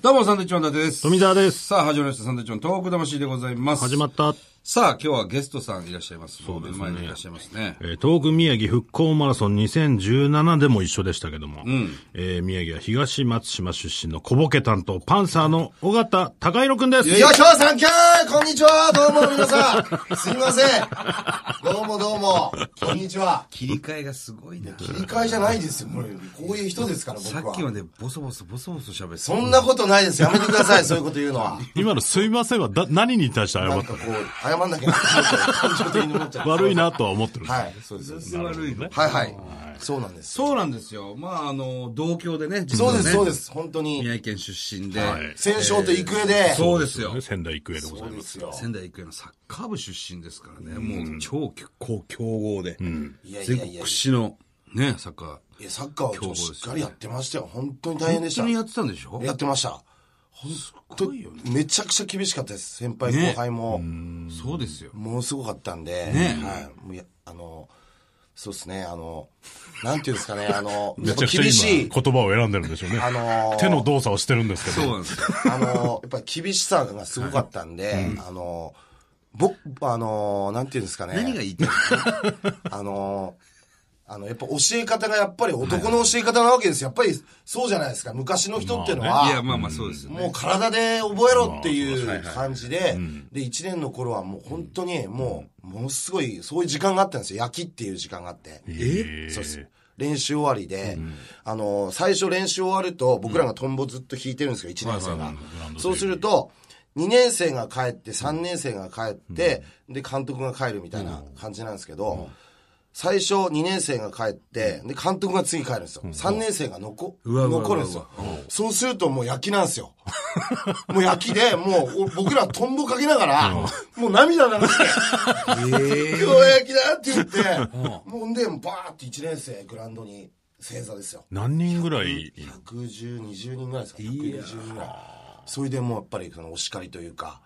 どうも、サンドイッチマン伊達です。富澤です。さあ、始まりました。サンドイッチマン東北魂でございます。始まった、さあ、今日はゲストさんいらっしゃいます。そうですね。前にいらっしゃいますねえ。ー東北宮城復興マラソン2017でも一緒でしたけども、えー宮城は東松島出身の小ボケ担当、パンサーの尾形隆弘くんです。よいしょ、サンキューこんにちはどうも皆さんすいませんどうもどうもこんにちは切り替えがすごいな。理解じゃないですよ、もうこういう人ですから、さ僕っきは。までボソボソボソボソ喋って。そんなことないです。やめてください、そういうこと言うのは。今のすいませんはだ何に対して謝っなんたかこう、謝んなきゃな感情的に思っちゃう。悪いなとは思ってる。はい、そうです。な悪いね。はいはい。そうなんです。そうなんですよ。まあ、あの、同郷でね。。そうです、そうですす。本当に、宮城県出身で。はい戦勝と育英で、そうですよね。仙台育英でございます。すよ仙台育英のサッカー部出身ですからね。もう超高強豪で。いやい全やいやい国や屈指のね、サッカー。いやサッカーをちょっとしっかりやってましたよ。本当に大変でした本当に。やってたんでしょやってました。すとごいよね。めちゃくちゃ厳しかったです。先輩ね後輩も。そうですよ。ものすごかったんで、ねはい、もうやあのそうですねあのなんていうんですかね あのめちゃくちゃ厳し今い言葉を選んでるんでしょうね。あのー手の動作をしてるんですけそうど。なんですよ。あのやっぱり厳しさがすごかったんで、あの僕あのなんていうんですかね何が言いたいあのあのやっぱ教え方がやっぱり男の教え方なわけですよやっぱりそうじゃないですか昔の人 っていうのは、いや、まあまあそうですよね。もう体で覚えろっていう感じで、で、1年の頃はもう本当にもう、ものすごい、そういう時間があったんですよ。焼きっていう時間があって。えそうです。練習終わりで、あの、最初練習終わると、僕らがトンボずっと弾いてるんですけど、1年生が。そうすると、2年生が帰って、3年生が帰って、で、監督が帰るみたいな感じなんですけど、最初2年生が帰って、で、監督が次帰るんですよ。3年生が残、うわうわうわ残るんですよ。そうするともう焼きなんで すよ。もう焼きで、もうお僕らトンボかけながら、もう涙流して、今日は焼きだって言って、もうほんで、バーって1年生グラウンドに正座ですよ。何人ぐらい110、20人ぐらいですか ?120 人ぐらい。それでもうやっぱりそのお叱りというか、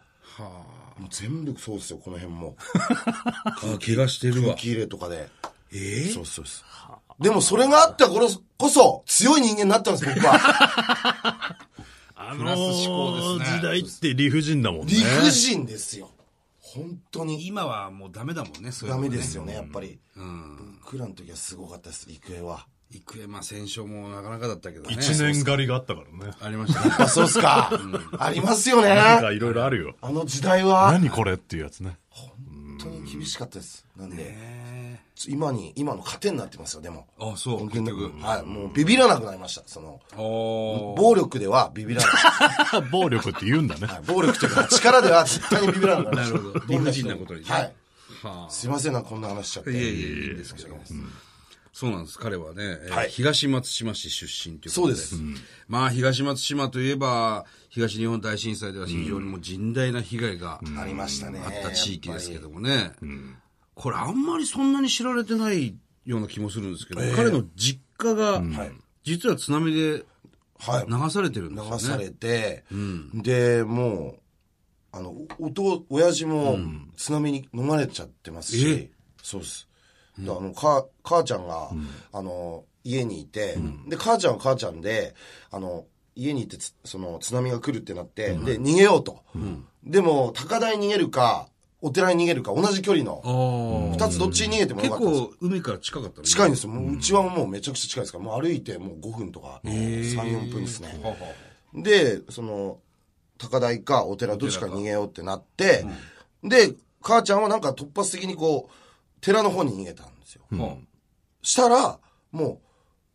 もう全部そうですよ、この辺も。あ、怪我してるわ空。気入れとかで。えそうですそうです。でもそれがあった頃こそ強い人間になったんです、僕 は。あプラス思考ですね時代って理不尽だもんね理。不尽ですよ。本当に。今はもうダメだもんね、そういうダのねメですよね、やっぱり。僕らの時はすごかったです、育英は。育英、まあ戦勝もなかなかだったけどね。一年狩りがあったからね。ありましたね。あ、そうっす か。ありますよね。なんあかいろいろあるよ。の時代は、何これっていうやつね。本当に厳しかったです。なんで、へ今に、今の糧になってますよ、でも。ーあ、そう、結局。はい、もうビビらなくなりました。その、おー暴力ではビビらない。暴力って言うんだね。はい暴力というか、力では絶対にビビらなくなり ました。なるほど理不尽なことにはい。はすいませんな、こんな話しちゃって。あ。いえいえ、いいんですけど。そうなんです。彼はね、えーはい東松島市出身ということで。そうですまあ、東松島といえば、東日本大震災では非常にもう甚大な被害がありましたね。あった地域ですけどもね。これあんまりそんなに知られてないような気もするんですけど、彼の実家が、実は津波ではい。流されてるんですよね。流されて、で、もう、あの、おと、親父も津波に飲まれちゃってますし、えそうです。であの、か、母ちゃんが、あの、家にいて、で、母ちゃんは母ちゃんで、あの、家にいてつ、その、津波が来るってなって、で、逃げようと。でも、高台に逃げるか、お寺に逃げるか、同じ距離あの、ー二つどっちに逃げても結よかったんですよ構海から近かったのね近いんですよ。もううちはもうめちゃくちゃ近いですから、もう歩いてもう5分とか、3、4分ですね。ははで、その、高台かお寺どっちかに逃げようってなって、で、母ちゃんはなんか突発的にこう、寺の方に逃げたんですよ。はしたら、も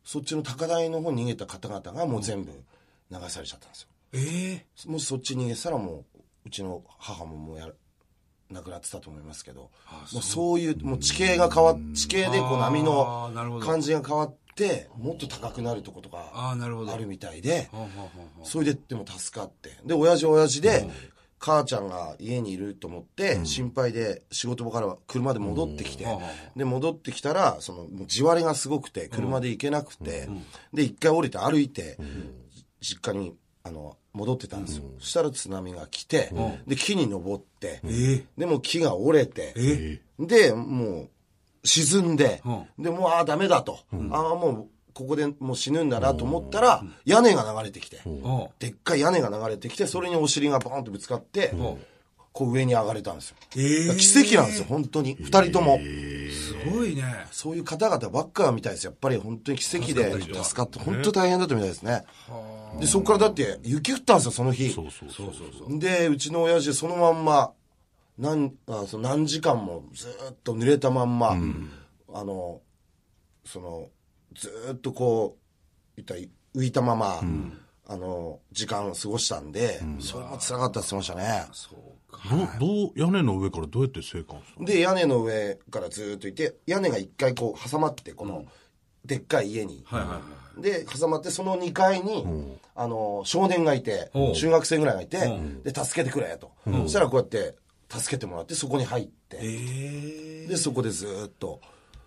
う、そっちの高台の方に逃げた方々がもう全部流されちゃったんですえよ。もしそっちに逃げてたらもう、うちの母ももうやる、亡くなってたと思いますけど、もうそういう、もう地形が変わっ、地形でこう波あーなるほのど感じが変わって、もっと高くなるとことかああなるほどあはるみたいで、はははそれででも助かって。で、親父は親父で、母ちゃんが家にいると思って、心配で仕事場からは車で戻ってきてうんあ、で、戻ってきたら、その、もう地割れがすごくて、車で行けなくて、で、一回降りて歩いて、実家に、あの、戻ってたんですよ。そしたら津波が来て、で、木に登って、えで、もう木が折れて、えで、もう、沈んで、うんで、もう、ああ、ダメだと。ああ、もう、ここでもう死ぬんだなと思ったら、屋根が流れてきて、でっかい屋根が流れてきて、それにお尻がバーンとぶつかって、こう上に上がれたんですよ。だから奇跡なんですよ、本当に。二人とも。すごいね。そういう方々ばっかみたいです。やっぱり本当に奇跡で助かって、本当大変だったみたいですね。で、そこからだって雪降ったんですよ、その日。そうそうそうそう。で、うちの親父そのまんま、何、あその何時間もずーっと濡れたまんま、あの、その、ずーっとこう、いったら浮いたまま、あの、時間を過ごしたんで、それも辛かったって言ってましたね。どどう、屋根の上からどうやって生還するで、屋根の上からずーっといて、屋根が一回こう挟まって、この、でっかい家に。はいはいはい。で、挟まって、その2階に、あの、少年がいておう、中学生ぐらいがいて、で、助けてくれ、と。そしたらこうやって、助けてもらって、そこに入って、えで、そこでずーっと、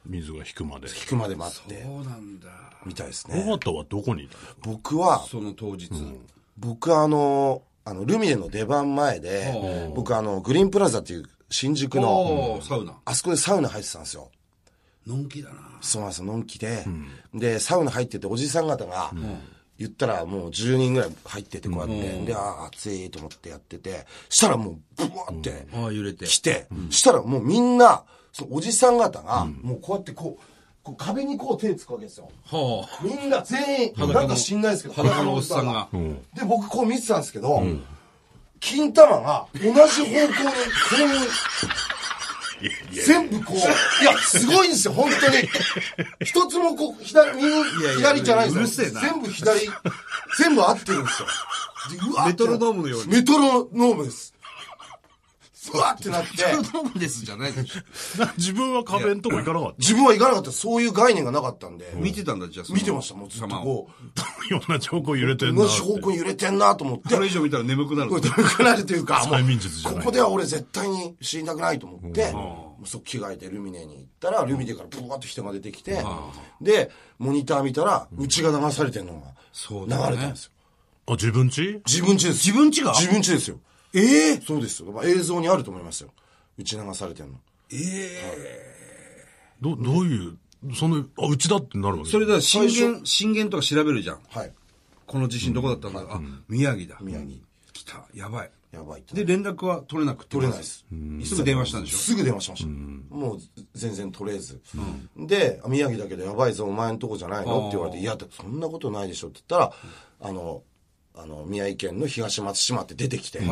水が引くまで。引くまで待っえて、そうなんだ。みたいです尾ね。形はどこにいたの僕は、その当日。僕はあの、あの、ルミネの出番前で、僕はあの、グリーンプラザっていう新宿の、おーサウナ。あそこでサウナ入ってたんですよ。のんきだな。そうなんですよ、のんきで。で、サウナ入ってて、おじさん方が、言ったらもう10人ぐらい入ってて、こうやって。で、ああ、暑いと思ってやってて、したらもう、ブワーってああ、揺れて。来て、したらもうみんな、そのおじさん方が、もうこうやってこう、こう壁にこう手つくわけですよ。はあ。みんな全員、のなんか知んないですけど、裸のおっさんが。で、僕こう見てたんですけど、金玉が同じ方向に全員、全部こう、いや、すごいんですよ、本当に。一つもこう、左、右、やいや左じゃないんうでるすせよえ。な全部左、全部合ってるんですよ。でうわってメトロノームのようにメトロノームです。うわってなって、ドームですじゃないでしょ。 自分は壁のとこ行かなかっ自分は行かなかった、そういう概念がなかったんで、 見てたんだ、じゃあ。その見てました、もうずっと様をこう、た。同じ方向揺れてんな同って。じ方向に揺れてんなと思ってこ、れ以上見たら眠くなるこ。れ眠くなるというか、も催眠術じゃうないここでは俺絶対に死にたくないと思って、もう即着替えてルミネに行ったら、ルミネからブワーッと人が出てきて、で、モニター見たら、うちが流されてるのがそうだね流れたんですよ。あ、自分家自分家です。自分家が自分家ですよ。ええそうですよ。まあ映像にあると思いますよ。うち流されてるの。ど、どういう、その、あ、うちだってなるわけそれだ、震源、震源とか調べるじゃん。はい。この地震どこだったんだろう。あ、宮城だ。宮城。来た。やばい。やばいって。で、連絡は取れなくて。取れないです。すぐ電話したんでしすぐ電話しました。もう全然取れず。で、あ宮城だけどやばいぞ、お前んとこじゃないのって言われて、いや、そんなことないでしょって言ったら、あの、あの、宮城県の東松島って出てきて、で、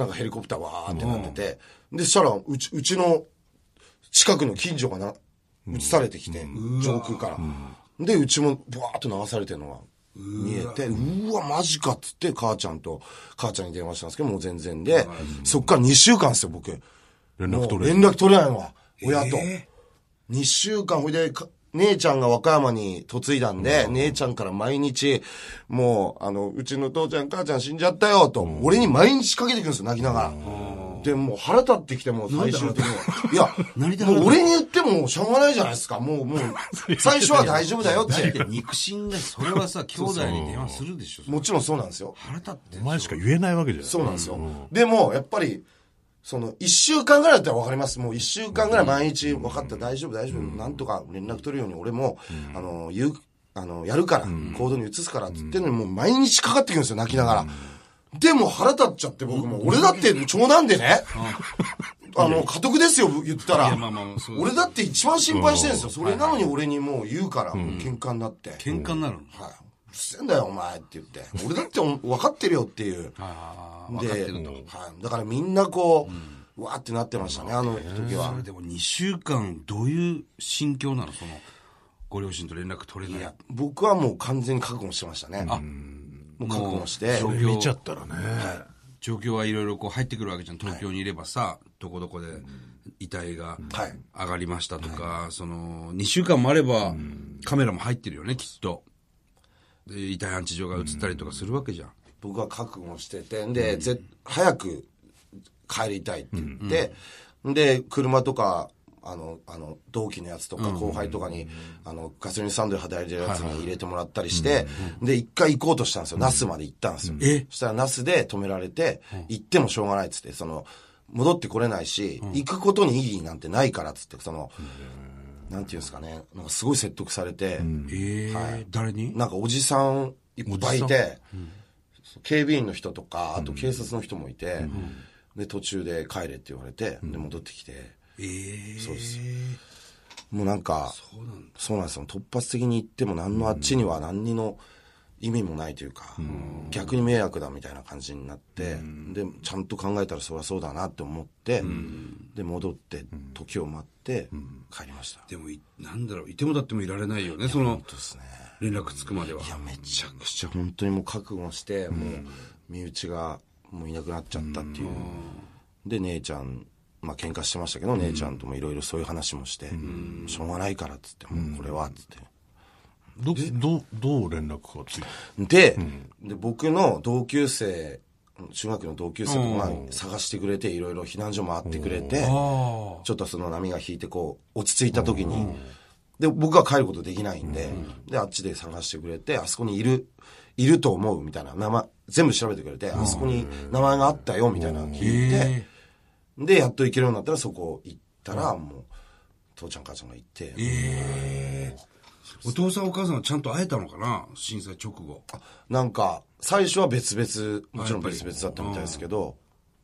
なんかヘリコプターわーってなってて、で、したら、うち、うちの近くの近所がな、映されてきて、上空から。で、うちもブワーっと流されてるのが見えて、うーわ、マジかっつって、母ちゃんと、母ちゃんに電話したんですけど、もう全然で、そっから2週間ですよ、僕。連も絡う取れる。連絡取れないわ、親と。え2週間、ほいで、か姉ちゃんが和歌山に嫁いだんで、姉ちゃんから毎日、もう、あの、うちの父ちゃん、母ちゃん死んじゃったよ、と、俺に毎日かけてくるんですよ、泣きながら。で、もう腹立ってきて、もう最終的には。何いでや、腹も立う俺に言ってもしょうがないじゃないですか、もう、 もう、最初は 大丈夫だよっだってて。肉親が、 それはさ、兄弟に電話するでしょ。もちろんそうなんですよ。腹立ってお前しか言えないわけじゃない。そうなんですよ。でも、やっぱり、その、一週間ぐらいだったら分かります。もう一週間ぐらい毎日、分かった、大丈夫、大丈夫、なんとか連絡取るように俺も、あの、言う、あの、やるから、行動に移すからって言ってるのに、もう毎日かかってくるんですよ、泣きながら。でも腹立っちゃって僕も、俺だって長男でね、あの、家督ですよ、言ったらやまあまあまあそう。です俺だって一番心配してるんですよ。それなのに俺にもう言うから、もう喧嘩になって。喧嘩になるの。はい。うるせえんだよ、お前って言って。俺だってお分かってるよっていう。ああ、分でかってると。はい。だからみんなこう、わーってなってましたね、あの時はそれ。でも2週間、どういう心境なのその、ご両親と連絡取れない。いや、僕はもう完全に覚悟してましたね。もう覚悟して。もう見ちゃったらね。状況はいろいろこう入ってくるわけじゃん。東京にいればさ、どこどこで遺体がはい上がりましたとか、その、2週間もあれば、カメラも入ってるよね、きっと。で、遺体安置所が映ったりとかするわけじゃん。僕は覚悟してて、で、ぜ早く帰りたいって言って、で、車とか、あの、あの、同期のやつとか後輩とかに、あの、ガソリンスタンドで働いてるやつに入れてもらったりして、で、一回行こうとしたんですよ。那須まで行ったんですよ。えそしたら那須で止められて、行ってもしょうがないっつって、その、戻ってこれないし、行くことに意義なんてないからっつって、その、なんていうんですかね、なんかすごい説得されて、ええ誰になんかおじさんいっぱいいて、警備員の人とか、あと警察の人もいて、で、途中で帰れって言われて、で、戻ってきて、ええそうです。もうなんか、そうなんですよ。突発的に行っても何のあっちには何にの意味もないというか、逆に迷惑だみたいな感じになって、で、ちゃんと考えたらそりゃそうだなって思って、で、戻って、時を待って、帰りました。でもい、なんだろう、いてもだってもいられないよね、その、そうですね。連絡つくまでは。いや、めちゃくちゃ本当にもう覚悟して、もう、身内がもういなくなっちゃったっていう。で、姉ちゃん、まあ喧嘩してましたけど、姉ちゃんともいろいろそういう話もして、しょうがないからっつって、もうこれはっつって。ど、ど、どう連絡がついたで、で、僕の同級生、中学の同級生もまあ探してくれて、いろいろ避難所回ってくれて、ちょっとその波が引いてこう、落ち着いた時に、で、僕は帰ることできないんで、で、あっちで探してくれて、あそこにいる、いると思うみたいな、名前、全部調べてくれて、あそこに名前があったよみたいなの聞いて、で、やっと行けるようになったらそこ行ったら、もう、父ちゃん母ちゃんが行って、お父さんお母さんはちゃんと会えたのかな震災直後。なんか、最初は別々、もちろん別々だったみたいですけど、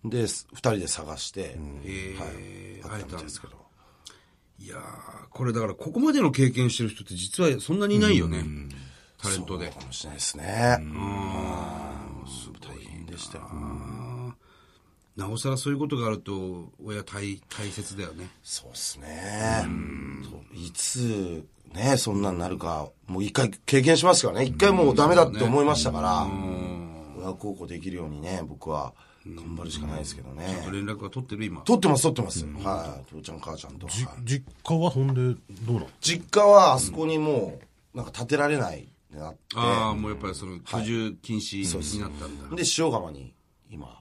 で、二人で探して、ええはい、あ会えったみたたいんでですすけけどど。。いやー、これだからここまでの経験してる人って実はそんなにいないよね。タレントで。かもしれないですね。大変でした。なおさらそういうことがあると、親大、大切だよね。そうですね。そういつ、ね、そんなんなるか、もう一回経験しますからね。一回もうダメだって思いましたから、親孝行できるようにね、僕は頑張るしかないですけどね。連絡は取ってる今。撮ってます、撮ってます。はい。父ちゃん、母ちゃんと。じはい実家はほんで、どうなの実家はあそこにもう、なんか建てられないってなって、ああ、もうやっぱりその、居住禁止になったんだ。で、塩釜に今、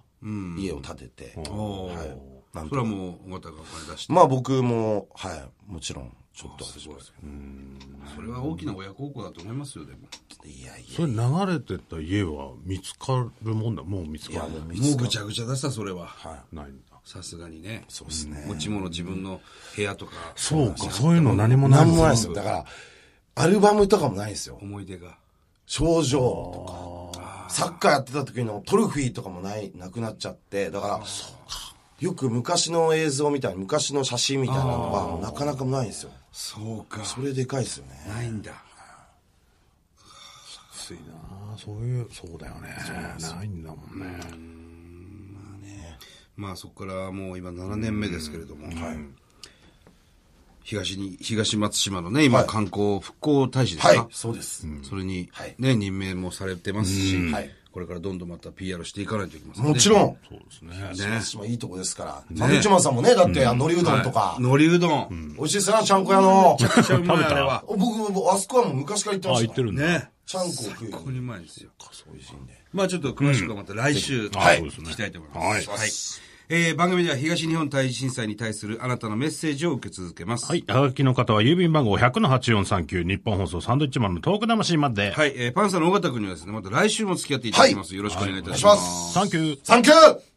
家を建てて、おーはい。なんそとれはもう、尾形がお金出して。まあ僕も、はい、もちろん、ちょっとはすごい。それは大きな親孝行だと思いますよ、でも。いやいや、それ流れてった家は見つかるもんだ。もう見つかる。いやもうぐちゃぐちゃだした、それは。ないんだ。さすがにね。そうですね。持ち物自分の部屋とか、そうか、そういうの何もないなんももないんですよ。だから、アルバムとかもないですよ。思い出が。症状とか、サッカーやってた時のトロフィーとかもない、なくなっちゃって、だから、よく昔の映像みたいな、昔の写真みたいなのは、なかなかないんですよ。そうか。それでかいですよね。ないんだ。ついなそういう、そうだよね。ないんだもんね。まあそこからもう今7年目ですけれども、東に、東松島のね、今はい観光復興大使ですか、はい、そうです。それにはい、ね、任命もされてますし、はいこれからどんどんまた PR していかないといけませんね。もちろん、そうですね。ね。島いいとこですから。サンドウィッチマンさんもね、だって、あの海苔うどんとか、海苔うどん。美味しいですな、ちゃんこ屋 の。めっちゃうまいあれは。僕、僕あそこはもう昔から行ってまあ、し行たかってら。るんだ。ね。ちゃんこを食いここにうまいですよ。美味しいんで。まあちょっと詳しくはまた来週、あはい、そうですね聞きたいと思います。はいはい。えー、番組では東日本大震災に対するあなたのメッセージを受け続けます。はい。はがきの方は郵便番号100-8439日本放送サンドイッチマンのトーク魂まで。はい、えー、パンサーの尾形君にはですね、また来週も付き合っていただきます。よろしくお願いいたします。はいお願いしますサンキュー。サンキュー